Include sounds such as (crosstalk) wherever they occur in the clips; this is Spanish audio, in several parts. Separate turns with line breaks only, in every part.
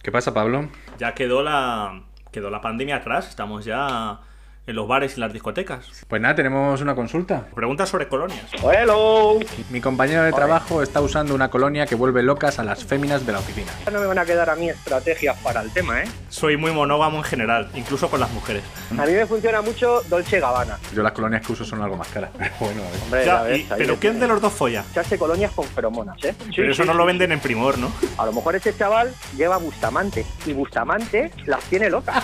¿Qué pasa, Pablo?
Ya quedó la, quedó la pandemia atrás, estamos ya en los bares y las discotecas.
Pues nada, tenemos una consulta.
Preguntas sobre colonias.
Pues ¡Hello!
Mi compañero de trabajo está usando una colonia que vuelve locas a las féminas de la oficina.
No me van a quedar a mí estrategias para el tema, ¿eh?
Soy muy monógamo en general, incluso con las mujeres.
A mí me funciona mucho Dolce Gabbana.
Yo las colonias que uso son algo más caras. Pero (laughs) bueno, a ver.
Hombre,
Ya,
ya ves,
y-
ahí
¿Pero
lo
quién de
tienes.
los dos folla?
Se hace colonias con feromonas, ¿eh? Sí,
Pero eso
sí,
no lo
sí.
venden en primor,
(laughs)
¿no?
A lo mejor ese chaval lleva Bustamante y Bustamante las tiene locas.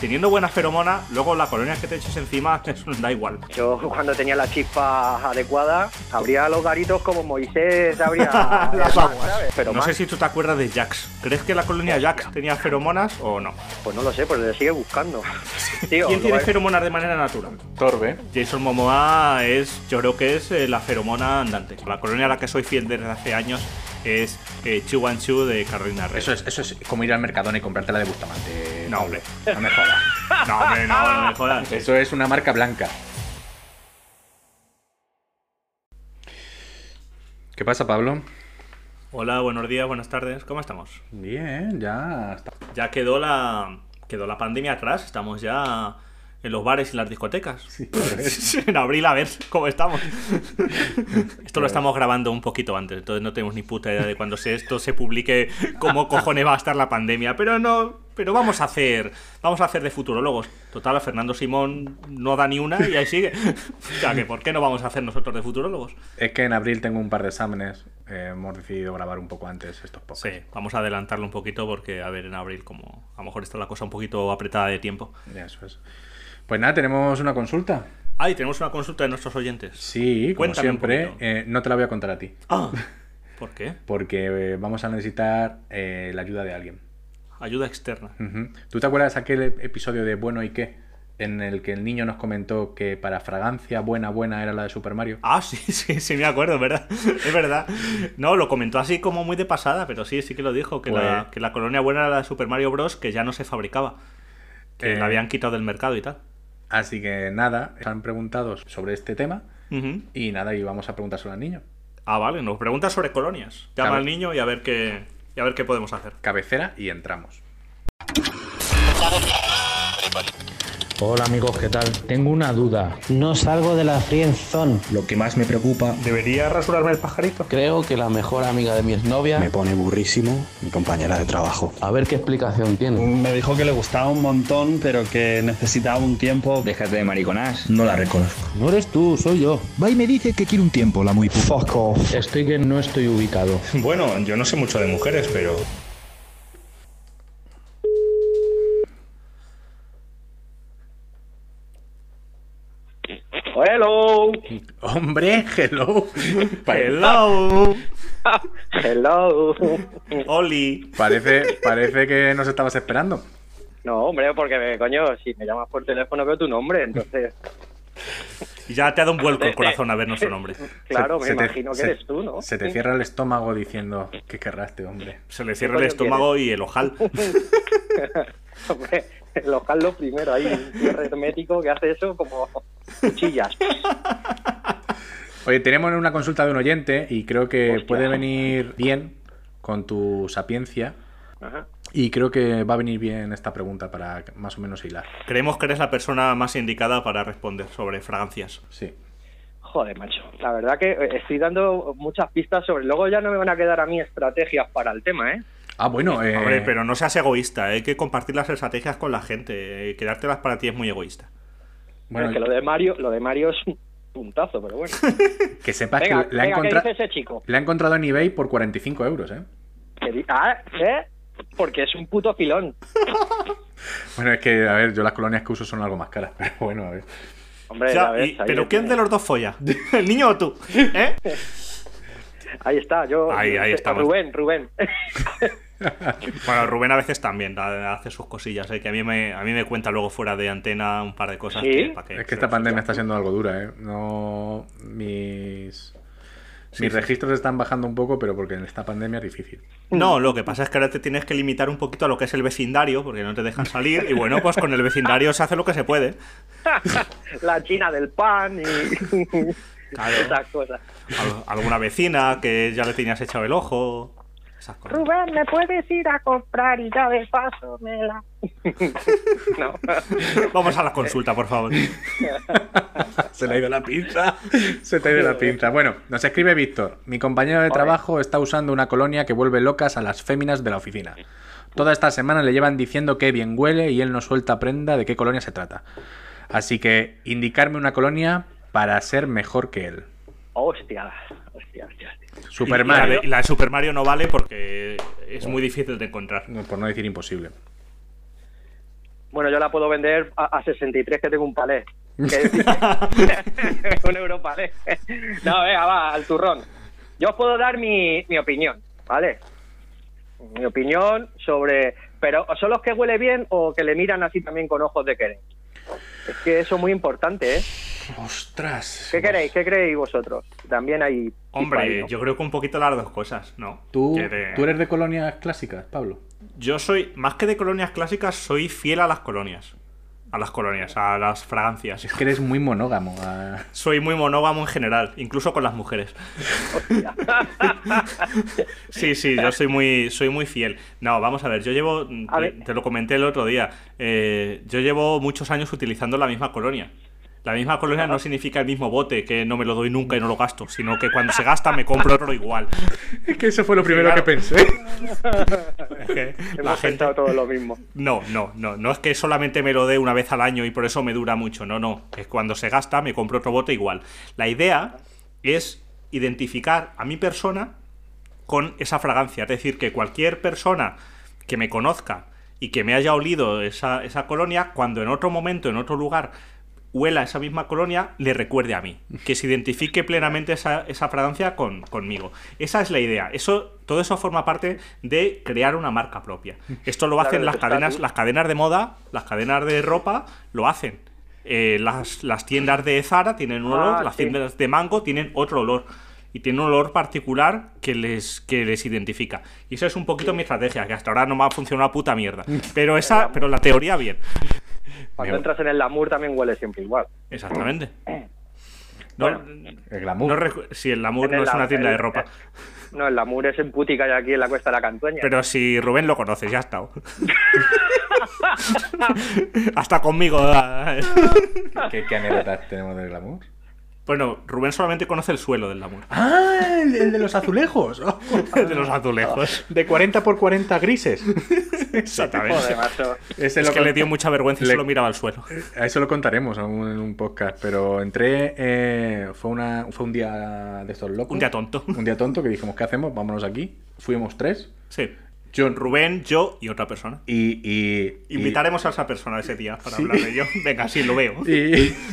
Teniendo buenas feromonas, luego las colonias que te eches encima, (laughs) eso da igual.
Yo cuando tenía la chispa adecuada, abría los garitos como
(laughs)
Moisés abría las aguas, ¿sabes? Pero
no
más,
sé si tú te acuerdas de Jax. ¿Crees que la colonia Jax tenía feromonas o no?
pues no lo sé, pues le sigue buscando. Tío, pues,
¿Quién
lo
tiene
va-
feromonas de manera natural?
Torbe.
Jason Momoa es, yo creo que es eh, la feromona andante. La colonia a la que soy fiel desde hace años es eh, Chuan Chu de Carolina Reaper.
Eso es, eso es como ir al Mercadona y comprarte la de Bustamante.
No, hombre.
No me jodas. (laughs)
No, hombre, no, no me jodas.
Eso es una marca blanca. ¿Qué pasa, Pablo?
Hola, buenos días, buenas tardes, ¿cómo estamos?
Bien, ya está.
Ya quedó la, quedó la pandemia atrás, estamos ya en los bares y las discotecas. (laughs) en abril a ver cómo estamos. esto lo estamos grabando un poquito antes, entonces no tenemos ni puta idea de cuando se, esto se publique cómo cojones va a estar la pandemia, pero no, pero vamos a hacer, vamos a hacer de futurólogos. Total, a Fernando Simón no da ni una y ahí sigue. o sea que ¿por qué no vamos a hacer nosotros de futurólogos?
Es que en abril tengo un par de exámenes. eh, hemos decidido grabar un poco antes estos podcasts.
Sí, vamos a adelantarlo un poquito porque a ver en abril como a lo mejor está la cosa un poquito apretada de tiempo.
Eso es. Pues nada, tenemos una consulta.
Ay, tenemos una consulta de nuestros oyentes.
Sí, como
Cuéntame un
siempre,
poquito.
eh, no te la voy a contar a ti,
Ah, ¿por qué?
porque eh, vamos a necesitar eh, la ayuda de alguien.
Ayuda externa.
Ujú. ¿Tú te acuerdas aquel e- episodio de Bueno y qué? En el que el niño nos comentó que para fragancia buena, buena era la de Super Mario.
Ah, sí, (laughs) sí, sí, me acuerdo, es ¿verdad? Es verdad. No, lo comentó así como muy de pasada, pero sí, sí que lo dijo, que, la,
Pues-
que la colonia buena era la de Super Mario Bros., que ya no se fabricaba. Que
Eh.
la habían quitado del mercado y tal.
Así que nada, están preguntados sobre este tema
Ujú.
y nada, y vamos a preguntárselo al niño.
Ah, vale, nos pregunta sobre colonias. Llama
Claro.
al niño y a ver qué, y a ver qué podemos hacer.
Cabecera y entramos. (laughs)
Hola amigos, ¿qué tal? Tengo una duda.
No salgo de la friendzone.
Lo que más me preocupa,
¿Debería rasurarme el pajarito?
Creo que la mejor amiga de mi exnovia.
Me pone burrísimo mi compañera de trabajo.
A ver qué explicación tiene.
Me dijo que le gustaba un montón, pero que necesitaba un tiempo.
Déjate de mariconás.
No la reconozco.
No eres tú, soy yo.
Va y me dice que quiere un tiempo, la muy puta.
Fuck off.
estoy que no estoy ubicado.
Bueno, yo no sé mucho de mujeres, pero.
pues, ¡Hello!
¡Hombre,
(laughs)
hello! Pa-
¡Hello!
¡Hello! (laughs)
¡Oli!
Parece, parece que nos estabas esperando.
No, hombre, porque, coño, si me llamas por teléfono veo tu nombre, entonces...
Y ya te ha dado un
Eh,
vuelco el corazón a vernos su nombre.
Se-
Claro, me
se te-
imagino que
se-
eres tú, ¿no?
Se te cierra el estómago diciendo, ¿qué querrás este hombre?
Se le cierra
¿Qué
el
coño
estómago y el ojal.
(laughs) Hombre, el local lo primero, hay un cierre hermético que hace eso como cuchillas.
Oye, tenemos una consulta de un oyente y creo que
Hostia.
puede venir bien con tu sapiencia.
Ajá.
Y creo que va a venir bien esta pregunta para más o menos hilar.
Creemos que eres la persona más indicada para responder sobre fragancias.
Sí.
Joder, macho. La verdad que eh, estoy dando muchas pistas sobre. Luego ya no me van a quedar a mí estrategias para el tema, ¿eh?
Ah, bueno, eh,
Hombre, pero no seas egoísta, eh, hay que compartir las estrategias con la gente. eh, Quedártelas para ti es muy egoísta.
bueno,
es que lo de Mario, lo de Mario es un puntazo,
(laughs)
pero bueno.
que sepas
Venga,
que la ha
venga, ¿qué
encontra-
dice ese chico?
la ha encontrado en eBay por 45 euros, ¿eh?
Que di- Ah, ¿eh? Porque es un puto filón.
Bueno, es que, a ver, yo las colonias que uso son algo más caras, (laughs) pero bueno, a ver.
Hombre,
Ya,
ya ves,
y-
ahí
pero
lo
¿quién de
tienes.
los dos
(laughs)
folla? ¿El niño o tú? ¿Eh?
Ahí está, yo.
Ahí- ahí
eh,
estamos.
Rubén, Rubén. (laughs)
Bueno, Rubén a veces también da- hace sus cosillas, eh, que a mí, me, a mí me cuenta luego fuera de antena un par de cosas.
¿Sí?
que- pa' que-
Es que esta pandemia está siendo algo dura, ¿eh? No. Mis. Mis registros están bajando un poco, pero porque en esta pandemia es difícil.
No, lo que pasa es que ahora te tienes que limitar un poquito a lo que es el vecindario, porque no te dejan salir. Y bueno, pues con el vecindario se hace lo que se
(laughs)
puede.
la china del pan y. (laughs)
Claro.
Esas cosas.
Al- alguna vecina que ya le tenías echado el ojo. Esas cosas.
Rubén, ¿me puedes ir a comprar y ya de paso me la...
No.
Vamos a la consulta, por favor.
(laughs) Se le ha ido la pinza. Se te ha ido la pinza. Bueno, nos escribe Víctor. Mi compañero de trabajo está usando una colonia que vuelve locas a las féminas de la oficina. Toda esta semana le llevan diciendo que bien huele y él no suelta prenda de qué colonia se trata. Así que indicarme una colonia para ser mejor que él.
Hostia, hostia, hostia. hostia.
Y-
Super Mario.
Y la, de, la de Super Mario no vale porque es muy difícil de encontrar.
No, Por no decir imposible.
Bueno, yo la puedo vender a, a 63 que tengo un palé.
(laughs)
Que- un euro palé. No, venga, va, al turrón. Yo os puedo dar mi, mi opinión, ¿vale? Mi opinión sobre... Pero ¿son los que huele bien o que le miran así también con ojos de querer? Es que eso es muy importante, ¿eh?
Ostras.
¿Qué queréis? ¿Qué creéis vosotros? También hay...
Hombre,
pipa ahí, ¿no?
yo creo que un poquito las dos cosas, ¿no?
¿Tú,
Que de-
tú eres de colonias clásicas, Pablo.
Yo soy, más que de colonias clásicas, soy fiel a las colonias. A las colonias, a las fragancias.
Es que eres muy monógamo. ah.
(laughs) Soy muy monógamo en general, incluso con las mujeres.
(laughs)
sí, sí, yo soy muy, soy muy fiel. No, vamos a ver, yo llevo, mm,
A
te,
ver.
te lo comenté el otro día, eh, yo llevo muchos años utilizando la misma colonia. La misma colonia no significa el mismo bote, que no me lo doy nunca y no lo gasto, sino que cuando se gasta me compro otro igual.
Es que eso fue lo primero
claro.
que
(laughs)
pensé.
Es que la
Hemos
gente-
pensado todo lo mismo.
No, no, no, no es que solamente me lo dé una vez al año y por eso me dura mucho, no, no, es cuando se gasta me compro otro bote igual. La idea es identificar a mi persona con esa fragancia, es decir, que cualquier persona que me conozca y que me haya olido esa, esa colonia, cuando en otro momento, en otro lugar, huela esa misma colonia, le recuerde a mí, que se identifique plenamente esa, esa fragancia con, conmigo. Esa es la idea. Eso, todo eso forma parte de crear una marca propia. Esto lo
Claro,
hacen las
está
cadenas,
bien.
las cadenas de moda, las cadenas de ropa, lo hacen. Eh, las, las tiendas de Zara tienen un olor,
Ah,
las
sí.
tiendas de Mango tienen otro olor. Y tienen un olor particular que les, que les identifica. Y eso es un poquito mi estrategia, que hasta ahora no me ha funcionado una puta mierda. Pero esa, pero la teoría bien.
Cuando
Bien.
entras en el Lamour también huele siempre igual.
Exactamente. No,
El
no
glamour.
recu- si el Lamour
En el
no es
la-
una tienda de
el-
ropa.
No, el Lamour es en puti que hay aquí en la Cuesta de la Cantueña.
Pero si Rubén lo conoces, ya está. (laughs) Hasta conmigo. ah.
¿Qué, qué anécdotas tenemos del glamour?
bueno, Rubén solamente conoce el suelo del Lamour.
¡Ah! El, el de los
(laughs)
azulejos.
De los azulejos.
(laughs) De 40 por 40 grises.
Exactamente.
(laughs)
Joder, macho.
Ese
Es
lo
que le
cont-
dio mucha vergüenza y
le-
solo miraba al suelo.
A eso lo contaremos aún en un podcast, pero entré, eh, fue, una, fue un día de estos locos.
Un
(laughs)
día tonto.
Un día tonto que dijimos, ¿qué hacemos? Vámonos aquí. Fuimos tres.
Sí.
John
Rubén, yo y otra persona.
Y, y, y-
Invitaremos a esa persona ese día para
Sí.
hablar de ello.
(laughs)
Venga, sí, lo veo.
y- (laughs)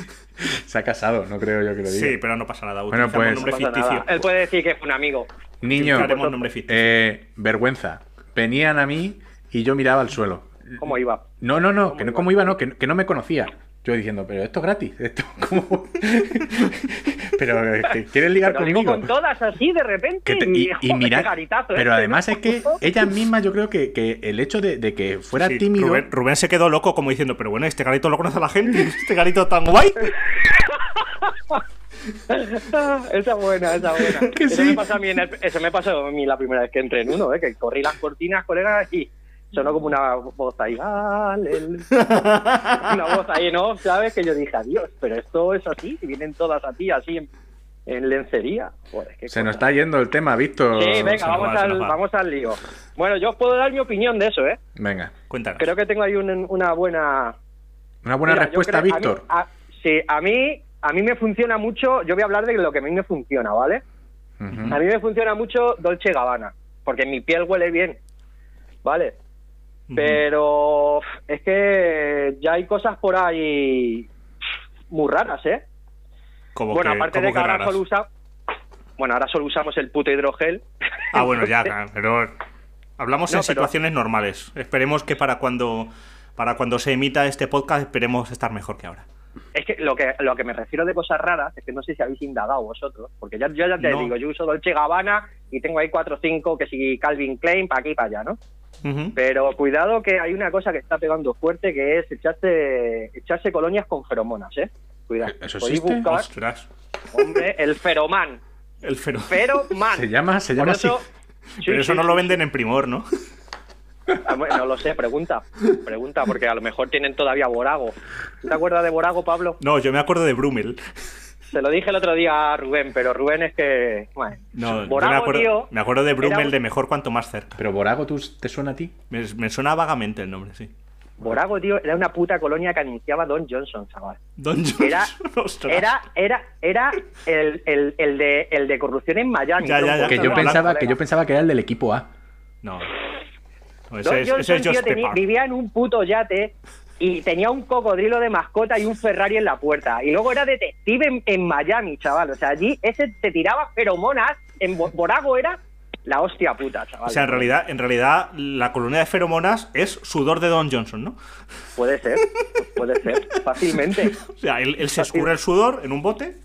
se ha casado, no creo yo que lo diga.
Sí, pero no pasa nada.
Bueno,
Utilizamos
pues-
nombre
No pasa
ficticio.
nada. Él puede decir que es un amigo.
Niño,
Haremos nombre ficticio.
eh, vergüenza. Venían a mí y yo miraba al suelo.
¿Cómo iba?
No, no, no, que no, como iba, no, que, que no me conocía. Yo diciendo, pero esto es gratis, esto como... (laughs) pero eh, que ¿quieres ligar
Pero
conmigo?
con todas así de repente.
Que te- y,
y,
y
joder,
mirad-
qué garitazo, ¿eh?
pero además es que ella misma yo creo que, que el hecho de, de que fuera
Sí,
tímido
Rubén, Rubén se quedó loco como diciendo, pero bueno, este garito lo conoce la gente, este garito tan
(laughs)
guay.
Ah, (laughs) esa buena, esa buena.
(laughs) Que
eso,
sí.
me pasó a mí en el- eso me pasó a mí la primera vez que entré en uno, ¿eh? que corrí las cortinas, colegas, y sonó como una voz ahí. "Alel". Una voz ahí, ¿no? ¿Sabes? Que yo dije, adiós, pero esto es así, y vienen todas a ti, así en, en lencería. Joder, qué
se
cosa.
nos está yendo el tema, Víctor.
Sí,
se
venga,
nos
vamos,
va, se
al,
nos va.
vamos al lío. Bueno, yo os puedo dar mi opinión de eso, ¿eh?
Venga.
Cuéntanos.
Creo que tengo ahí un- una buena
Una buena
Mira, yo
respuesta,
creo- a mí-
Víctor.
a- sí, a mí, a mí me funciona mucho. Yo voy a hablar de lo que a mí me funciona, ¿vale?
Ujú.
A mí me funciona mucho Dolce Gabbana, porque mi piel huele bien, ¿vale?
Ujú.
Pero es que ya hay cosas por ahí muy raras, ¿eh?
Como
Bueno,
que-
aparte
como
de que
que
ahora
raras.
solo usa- Bueno, ahora solo usamos el puto hidrogel.
Ah, bueno, ya, claro, pero hablamos
No,
en
pero-
situaciones normales. Esperemos que para cuando para cuando se emita este podcast esperemos estar mejor que ahora.
Es que lo que lo que me refiero de cosas raras es que no sé si habéis indagado vosotros, porque ya, yo ya te
No.
digo, yo uso Dolce Gabbana y tengo ahí cuatro o cinco que si Calvin Klein, para aquí y para allá, ¿no?
Ujú.
Pero cuidado que hay una cosa que está pegando fuerte que es echarse, echarse colonias con feromonas, ¿eh? Cuidado.
¿Eso
Podéis
existe?
buscar,
Ostras,
hombre, el feromán.
el fenómeno.
Feromán.
Se llama, se
Por
llama así.
eso,
(laughs) Pero
Sí,
eso
sí,
no
sí,
lo venden en primor, ¿no? (laughs)
Ah, bueno, No lo sé, pregunta. Pregunta, porque a lo mejor tienen todavía Borago. ¿Tú te acuerdas de Borago, Pablo?
No, yo me acuerdo de Brummel.
Se lo dije el otro día a Rubén, pero Rubén es que. bueno.
No, yo
Borago,
me acuerdo,
tío,
me acuerdo de
era
Brummel
un-
de Mejor Cuanto Más Cerca.
Pero Borago, ¿tú, ¿te suena a ti?
Me, me suena vagamente el nombre, sí.
Borago, tío, era una puta colonia que anunciaba Don Johnson, chaval.
Don Johnson,
Era,
(laughs) ostras.
era, era, era el, el- el de, el de corrupción en Miami.
Ya, ya, ya.
tronco.
Que yo
Blanco,
pensaba, que
colega.
yo pensaba que era el del equipo A.
No. No,
Don
ese, es,
Johnson,
ese es
tío,
Josh
tenía-
Pepa.
vivía en un puto yate y tenía un cocodrilo de mascota y un Ferrari en la puerta. Y luego era detective en, en Miami, chaval. O sea, allí ese te tiraba feromonas. En Bo- Borago era la hostia puta, chaval.
O sea, en realidad, en realidad, la columna de feromonas es sudor de Don Johnson, ¿no?
Puede ser, puede ser, fácilmente.
O sea, él, él se escurre el sudor en un bote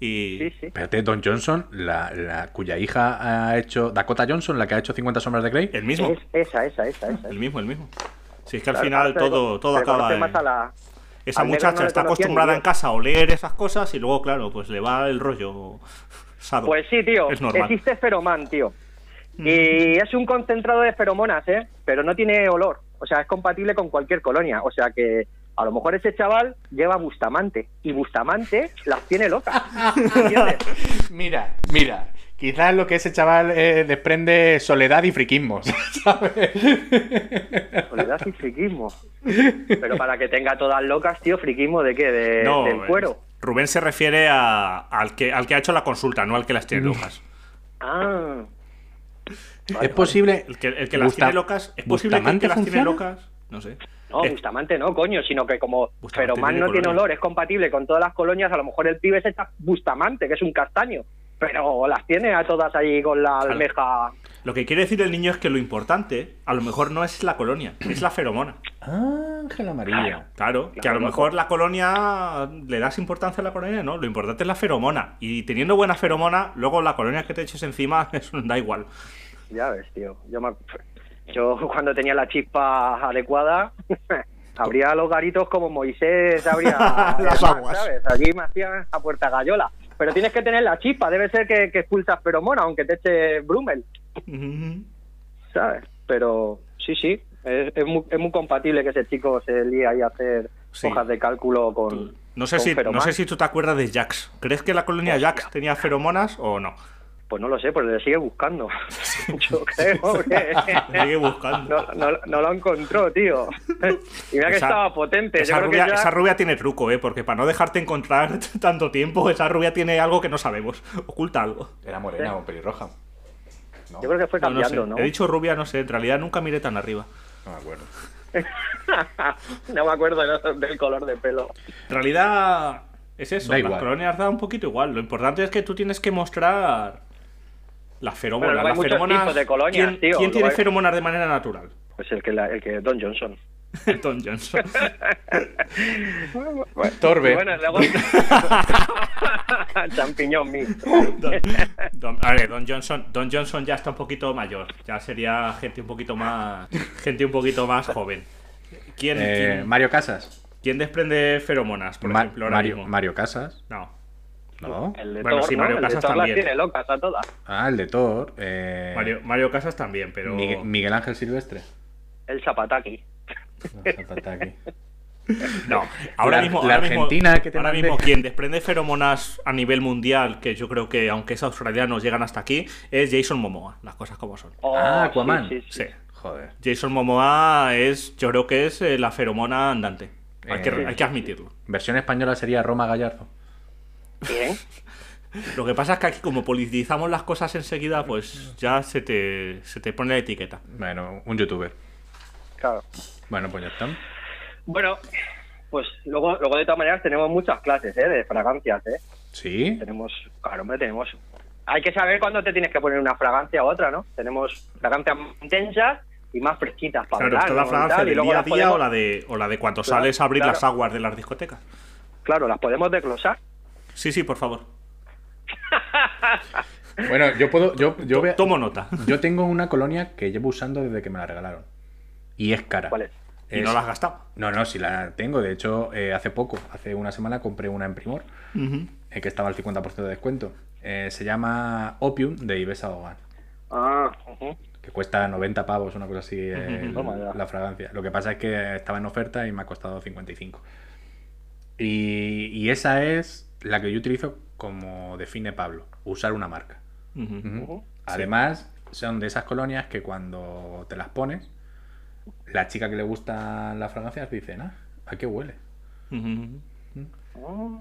y.
Sí, sí.
Espérate, Don Johnson, la, la cuya hija ha hecho. Dakota Johnson, la que ha hecho 50 sombras de Grey.
El mismo.
Es- esa, esa, esa, esa.
El mismo, el mismo. Si es que al
Claro,
final
ahora se le
todo,
con-
todo
se le
acaba.
conoce
en-
más a la-
Esa
al negro
muchacha
no le ¿eh?
está
conocía ni
acostumbrada
Dios.
en casa a oler esas cosas y luego, claro, pues le va el rollo sado.
Pues sí, tío.
Es normal. Mm.
Existe Feroman, tío. Y es un concentrado de feromonas, ¿eh? Pero no tiene olor. O sea, es compatible con cualquier colonia. O sea que a lo mejor ese chaval lleva Bustamante. Y Bustamante las tiene locas.
(laughs)
¿Entiendes?
Mira, mira. Quizás lo que ese chaval eh, desprende soledad y friquismos.
Soledad y friquismo. Pero para que tenga todas locas, tío, friquismo de qué? De,
No,
del cuero.
Rubén se refiere a- al, que, al que ha hecho la consulta, no al que las tiene locas.
Ah.
(laughs) es posible.
El que, el que las
Gusta-
tiene locas. ¿Es posible que el
¿Bustamante
que las tiene
funciona?
locas? No sé.
No,
Eh,
Bustamante no, coño, sino que como
Bustamante
Feroman
tiene
no tiene
colonia.
olor, es compatible con todas las colonias, a lo mejor el pibe se está Bustamante, que es un castaño, pero las tiene a todas ahí con la almeja.
Lo que quiere decir el niño es que lo importante, a lo mejor no es la colonia, es la feromona.
Ángel Amarilla.
Claro, que a lo mejor la colonia le das importancia a la colonia, no, lo importante es la feromona. Y teniendo buena feromona, luego la colonia que te eches encima, (laughs) eso da igual.
Ya ves, tío, yo, me- yo cuando tenía la chispa adecuada, (laughs) abría los garitos como Moisés abría
(laughs) Las
el mar,
aguas.
¿sabes? Allí me hacían a puerta gallola. Pero tienes que tener la chispa, debe ser que, que expulsas feromona, aunque te eche Brummel.
Mm,
¿sabes? Pero sí, sí, es, es muy, es muy compatible que ese chico se líe ahí a hacer
Sí.
hojas de cálculo con...
No sé,
con
si, no
feromán.
sé si tú te acuerdas de Jax. ¿Crees que la colonia Jax tenía feromonas o no?
Pues no lo sé, pues le
(laughs)
sigue buscando. Yo creo que...
Sigue buscando.
No, no, no lo encontró, tío. Y mira que
Esa-
estaba potente. Yo
Esa
creo
rubia,
que ya-
esa rubia tiene truco, ¿eh? Porque para no dejarte encontrar (laughs) tanto tiempo, esa rubia tiene algo que no sabemos. Oculta algo.
Era morena o pelirroja.
yo creo que fue
No, no
cambiando,
sé.
¿no?
He dicho rubia, no sé. En realidad nunca miré tan arriba.
No me acuerdo.
no me acuerdo ¿no? del color de pelo.
En realidad es eso.
Da
las
igual.
colonias da un poquito igual. Lo importante es que tú tienes que mostrar las feromonas.
Pero luego hay
las
muchos
feromonas-
tipos de colonias,
¿Quién,
tío,
quién tiene
luego hay-
feromonas de manera natural? (laughs)
Pues el que, la- el que Don Johnson.
Don Johnson.
Torbe.
(laughs)
Bueno, luego... Champiñón mixto.
Don, Don- a ver, Don Johnson, Don Johnson ya está un poquito mayor. Ya sería gente un poquito más, gente un poquito más joven. ¿Quién,
Eh,
quién-
Mario Casas.
quién desprende feromonas, por
Ma-
ejemplo, ahora
Mario,
mismo?
Mario Casas.
No.
No.
El de
Bueno,
Thor,
sí,
¿no?
Mario
El de
Casas
Thor las
también.
tiene locas a todas.
Ah, el de Thor. eh,
Mario, Mario Casas también, pero.
Migue- Miguel Ángel
(laughs)
Silvestre.
El Zapataki.
No, salta aquí.
No, ahora
La-
mismo,
la
ahora mismo-
Argentina que te
ahora
mande.
mismo quien desprende feromonas a nivel mundial, que yo creo que aunque esos australianos llegan hasta aquí, es Jason Momoa, las cosas como son.
Oh,
Ah,
sí,
Aquaman.
sí, sí.
Sí.
Joder.
Jason Momoa es, yo creo que es eh, la feromona andante. Hay, que,
Eh.
hay que admitirlo.
Versión española sería Roma Gallardo.
(laughs)
Bien.
Lo que pasa es que aquí como politizamos las cosas enseguida, pues ya se te, se te pone la etiqueta.
Bueno, un youtuber.
Claro.
Bueno, pues ya está.
Bueno, pues luego, luego de todas maneras tenemos muchas clases ¿eh? de fragancias. ¿eh?
Sí.
Tenemos, claro, hombre, tenemos. Hay que saber cuándo te tienes que poner una fragancia u otra, ¿no? Tenemos fragancias más intensas y más fresquitas
Claro,
para hablar,
está la
¿no?
fragancia
Tal, y
del
luego
día a
las
día
podemos-
o la de, o la de cuando
Claro,
sales a abrir
claro.
las aguas de las discotecas.
Claro, las podemos desglosar.
Sí, sí, por favor.
Bueno, yo puedo. Yo, yo, voy a-
Tomo nota.
yo tengo una colonia que llevo usando desde que me la regalaron. Y es cara.
¿Cuál es?
Y
Es-
no las has gastado.
No, no, sí la tengo. De hecho, eh, hace poco, hace una semana, compré una en Primor, eh, que estaba al 50% de descuento. Eh, se llama Opium de Ibesa Hogan.
Ah, ujú.
que cuesta 90 pavos, una cosa así, el-
Toma ya.
la fragancia. Lo que pasa es que estaba en oferta y me ha costado 55. Y, y esa es la que yo utilizo como define Pablo, usar una marca.
Ujú.
Ujú. Además, son de esas colonias que cuando te las pones, la chica que le gustan las fragancias dice, ah, ¿a qué huele?
Ujú.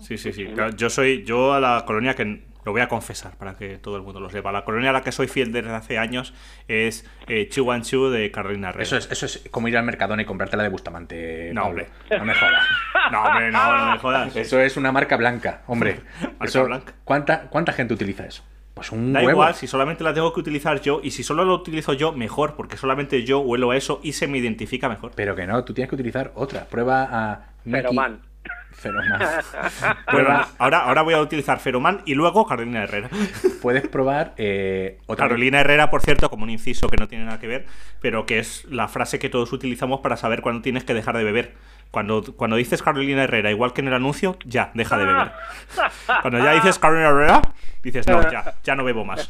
Sí, sí, sí. Claro, Yo soy, yo a la colonia que lo voy a confesar para que todo el mundo lo sepa. La colonia a la que soy fiel desde hace años es eh, Chihuanchu de Carolina Herrera.
Eso es, eso es como ir al Mercadona y comprártela de Bustamante.
No,
Pablo.
hombre.
No me
(laughs)
jodas.
No, hombre, no, no me
(laughs)
jodas.
Eso es una marca blanca, hombre.
(laughs) Marca
Eso-
blanca.
¿cuánta, ¿Cuánta gente utiliza eso? Pues un
Da
huevo.
igual, si solamente la tengo que utilizar yo y si solo lo utilizo yo, mejor, porque solamente yo huelo a eso y se me identifica mejor.
Pero que no, tú tienes que utilizar otra. Prueba a. Nike.
Feroman. (laughs)
Feroman.
Bueno,
Prueba-
ahora, ahora voy a utilizar Feroman y luego Carolina Herrera.
puedes probar eh, otra.
Carolina Herrera, por cierto, como un inciso que no tiene nada que ver, pero que es la frase que todos utilizamos para saber cuándo tienes que dejar de beber. Cuando, cuando dices Carolina Herrera, igual que en el anuncio, ya, deja de beber. Cuando ya dices Carolina Herrera, dices, no, ya, ya no bebo más.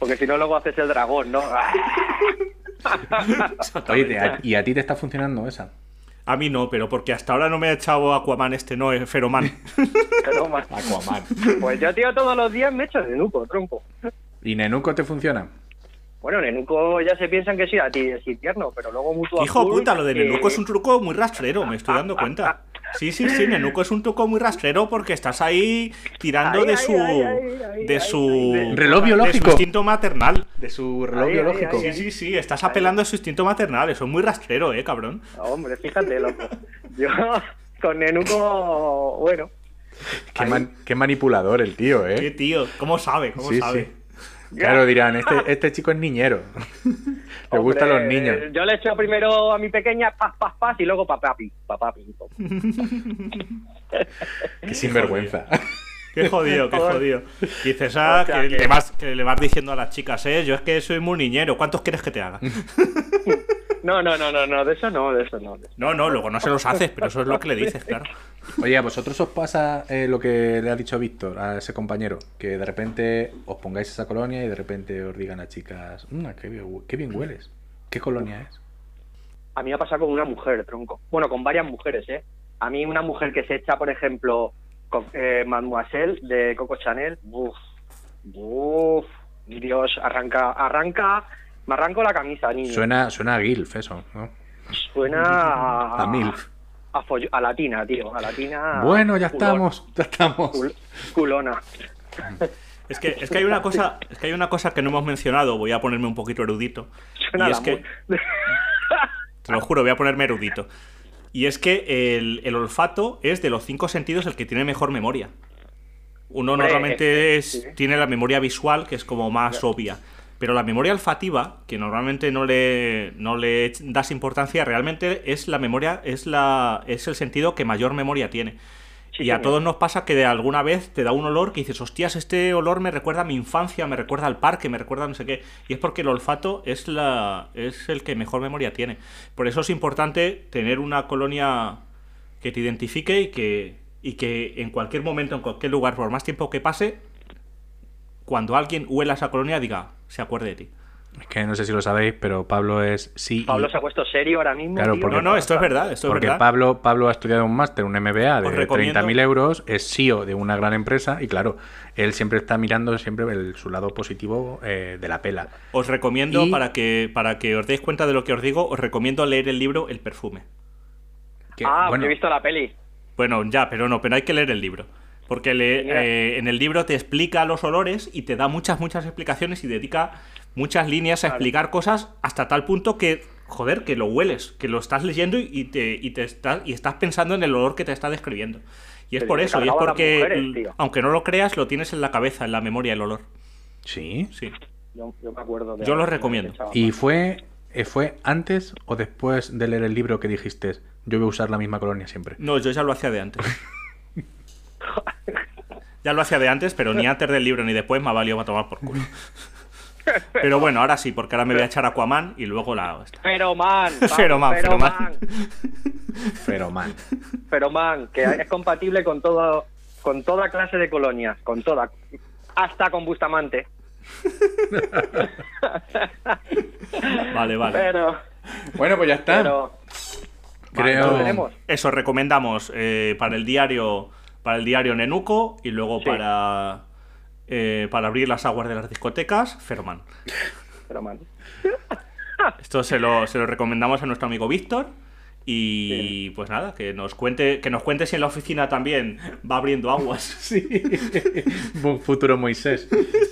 Porque si no, luego haces el dragón, ¿no? (laughs)
Oye, te- a- ¿y a ti te está funcionando esa?
A mí no, pero porque hasta ahora no me ha echado Aquaman este, no, es Feroman.
Feroman.
Aquaman.
Pues yo, tío, todos los días me echo de nuco, tronco.
¿Y Nenuco te funciona?
Bueno, Nenuco ya se piensan que sí, a ti es tierno, pero luego mutuo.
Hijo de
Azul,
puta, lo de
que-
Nenuco
(laughs)
es un truco muy rastrero, me estoy dando cuenta. Sí, sí, sí, Nenuco es un truco muy rastrero porque estás ahí tirando
Ay,
de
ay,
su.
ay, ay, ay,
de
ay,
su.
ay, ay.
Reloj
de su
biológico.
instinto maternal.
De su reloj
Ahí, ahí,
biológico.
Sí, sí, sí, estás apelando a su instinto maternal, eso es muy rastrero, eh, cabrón.
Hombre,
(laughs)
fíjate, loco. Yo con Nenuco, bueno,
Qué, man- qué manipulador el tío,
Qué
¿eh?
tío, ¿cómo sabe? ¿Cómo
Sí,
sabe?
sí. Claro, dirán, este, este chico es
(laughs)
niñero. Le gustan los
Hombre,
niños.
Yo le echo primero a mi pequeña pas, pas, pas y luego pa papi, pa papi.
(laughs)
pa- eh,
Qué sinvergüenza.
Qué jodido, qué jodido. Dices, ah,
O sea,
que,
que-
Le vas, que le vas diciendo a las chicas, eh, yo es que soy muy niñero, ¿cuántos quieres que te haga?
No, no, no, no, no, de eso no, de eso no. de eso.
No, no, luego no se los haces, pero eso es lo que le dices, claro.
Oye, ¿a vosotros os pasa eh, lo que le ha dicho Víctor a ese compañero? Que de repente os pongáis esa colonia y de repente os digan a chicas, "Mm, qué, bien, hu- qué bien hueles. ¿Qué colonia es?
A mí me ha pasado con una mujer, tronco. Bueno, con varias mujeres, ¿eh? A mí una mujer que se echa, por ejemplo, co- eh, Mademoiselle de Coco Chanel, uff, uff, Dios, arranca, arranca, me arranco la camisa, niño.
Suena, suena a Gilf eso, ¿no?
Suena a...
A Milf.
A, follo- a latina, tío, a latina.
Bueno, ya
Ah, culón-
estamos, ya estamos.
cul- culona.
Es que, es que hay una cosa, es que hay una cosa que no hemos mencionado, voy a ponerme un poquito erudito.
Suena
y
a
es
la
que, te lo juro, voy a ponerme erudito. Y es que el, el olfato es de los cinco sentidos el que tiene mejor memoria. Uno
Hombre,
normalmente
sí.
es- tiene la memoria visual, que es como más obvia. Pero la memoria olfativa, que normalmente no le, no le ech- das importancia, realmente es la memoria, es la, es el sentido que mayor memoria tiene.
Sí,
y a
señor.
todos nos pasa que de alguna vez te da un olor que dices, hostias, este olor me recuerda a mi infancia, me recuerda al parque, me recuerda a no sé qué. Y es porque el olfato es, la, es el que mejor memoria tiene. Por eso es importante tener una colonia que te identifique y que, y que en cualquier momento, en cualquier lugar, por más tiempo que pase, cuando alguien huela esa colonia, diga, se acuerde de ti.
Es que no sé si lo sabéis, pero Pablo es sí.
Pablo se ha puesto serio ahora mismo.
Claro,
tío.
porque-
No, no, esto es verdad, esto es
Porque
verdad.
Pablo, Pablo ha estudiado un máster, un MBA
Os
de
recomiendo-
30.000 euros, es CEO de una gran empresa y claro, él siempre está mirando siempre el- su lado positivo eh, de la pela.
Os recomiendo,
Y-
para, que, para que os deis cuenta de lo que os digo, os recomiendo leer el libro El perfume.
Que,
Ah,
bueno,
yo he visto la peli.
Bueno, ya, pero no, pero hay que leer el libro. Porque le-
Mira.
eh, en el libro te explica los olores y te da muchas, muchas explicaciones y dedica muchas líneas a explicar cosas hasta tal punto que, joder, que lo hueles, que lo estás leyendo y, y te, y te estás, y estás pensando en el olor que te está describiendo. Y es
Pero
por
se
eso, y es
cargaba a las
porque,
mujeres, tío.
aunque no lo creas, lo tienes en la cabeza, en la memoria, el olor.
sí.
Sí.
Yo, yo me acuerdo de
Yo lo recomiendo.
¿Y fue, eh, fue antes o después de leer el libro que dijiste, yo voy a usar la misma colonia siempre?
No, yo ya lo hacía de antes. ya lo hacía de antes, pero ni antes del libro ni después me ha valido para tomar por culo. Pero bueno, ahora sí, porque ahora me voy a echar Aquaman y luego la hago esta.
Feroman. vamos,
Feroman, Feroman.
Pero man.
Feroman, que es compatible con todo, con toda clase de colonias, con toda, hasta con Bustamante.
Vale, vale.
Pero,
(laughs) Bueno, pues ya está.
pero
Vale,
Creo-
entonces,
tenemos.
Eso recomendamos eh, para el diario para el diario Nenuco y luego
Sí.
para eh, para abrir las aguas de las discotecas, Ferman.
pero man.
Esto se lo, se lo recomendamos a nuestro amigo Víctor. Y pues nada, que nos cuente, que nos cuente si en la oficina también va abriendo
(laughs)
aguas.
Sí. (laughs) Un futuro Moisés.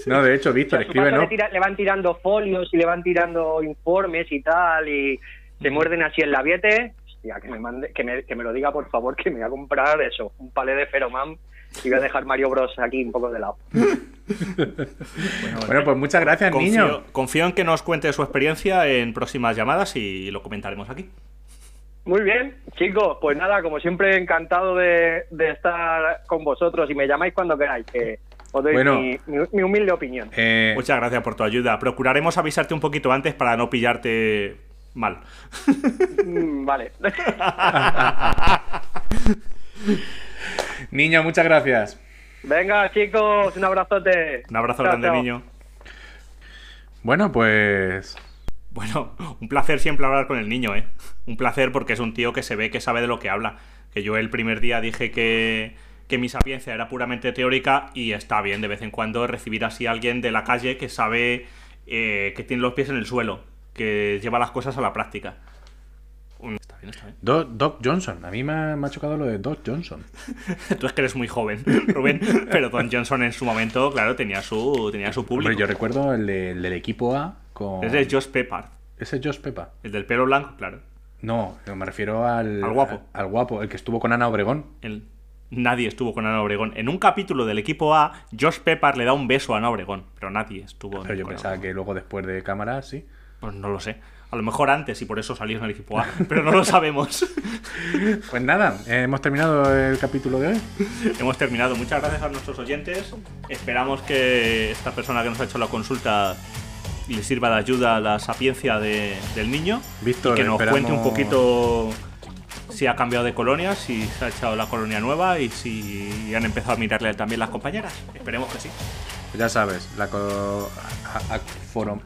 No, de hecho, Víctor,
Su paso
escribe, ¿no?
le, tira- le van tirando folios y le van tirando informes y tal, y se muerden así el labiete. Hostia, que me, mande, que, me, que me lo diga, por favor, que me voy a comprar eso, un palé de Feromam y voy a dejar Mario Bros aquí un poco de lado.
Bueno, pues muchas gracias, niño.
(laughs) confío, confío en que nos cuente su experiencia en próximas llamadas y lo comentaremos aquí.
Muy bien, chicos, pues nada, como siempre, encantado de, de estar con vosotros y me llamáis cuando queráis, que os doy
Bueno.
mi, mi- mi humilde opinión.
Eh,
Muchas gracias por tu ayuda. Procuraremos avisarte un poquito antes para no pillarte mal.
Mm, vale. (laughs)
ah,
(laughs)
niño, muchas gracias.
Venga, chicos, un abrazote.
Un abrazo
Chao,
grande,
chao.
niño.
Bueno, pues.
Bueno, (laughs) un placer siempre hablar con el niño, ¿eh? Un placer porque es un tío que se ve que sabe de lo que habla. Que yo el primer día dije que, que mi sapiencia era puramente teórica y está bien de vez en cuando recibir así a alguien de la calle que sabe eh, que tiene los pies en el suelo, que lleva las cosas a la práctica. Un- Está bien, está bien. (laughs)
Do- Doc Johnson. A mí me ha, me ha chocado lo de Doc Johnson.
Tú es que eres muy joven, (laughs) Rubén, pero Don Johnson en su momento, claro, tenía su, tenía su público.
Hombre, yo recuerdo el, de- el del equipo A con.
Ese es Josh Peppard,
Ese es Josh Pepa.
el del pelo blanco, claro.
No, no, me refiero al.
Al guapo.
Al guapo, el que estuvo con Ana Obregón.
El- Nadie estuvo con Ana Obregón. En un capítulo del equipo A, Josh Peppard le da un beso a Ana Obregón, pero nadie estuvo.
Pero yo
con
pensaba
Ana
que luego después de cámara, sí.
Obregón. Pues no lo sé. A lo mejor antes y por eso salió en el equipo A, pero no lo sabemos. (laughs)
Pues nada, eh, hemos terminado el capítulo de hoy.
Hemos terminado. Muchas gracias a nuestros oyentes. Esperamos que esta persona que nos ha hecho la consulta le sirva de ayuda a la sapiencia de- del niño.
Víctor,
y que nos
esperamos-
cuente un poquito si ha cambiado de colonia, si se ha echado la colonia nueva y si han empezado a mirarle también las compañeras. Esperemos que sí.
Ya sabes, la co- a- a- foro-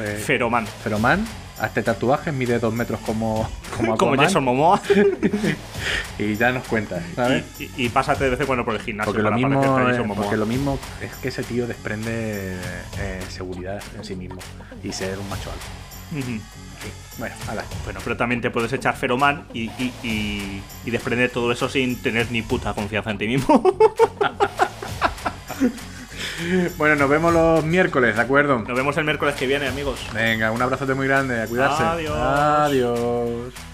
eh,
Feroman.
Feroman, hazte tatuajes, mide dos metros como, como,
(laughs) Como
Aquaman
Jason Momoa.
(laughs) y ya nos cuentas, ¿sabes?
Y, y- y pásate de vez en cuando por el gimnasio
Porque lo,
para
mismo,
parecerte a
eh,
Jason Momoa.
porque lo mismo es que ese tío desprende eh, seguridad en sí mismo y ser un macho alto.
Ujú.
Bueno, ala.
Bueno, pero también te puedes echar feroman y, y, y- y desprender todo eso sin tener ni puta confianza en ti mismo. (laughs)
Bueno, nos vemos los miércoles, ¿de acuerdo?
Nos vemos el miércoles que viene, amigos.
Venga, un abrazote muy grande, a cuidarse.
Adiós.
Adiós.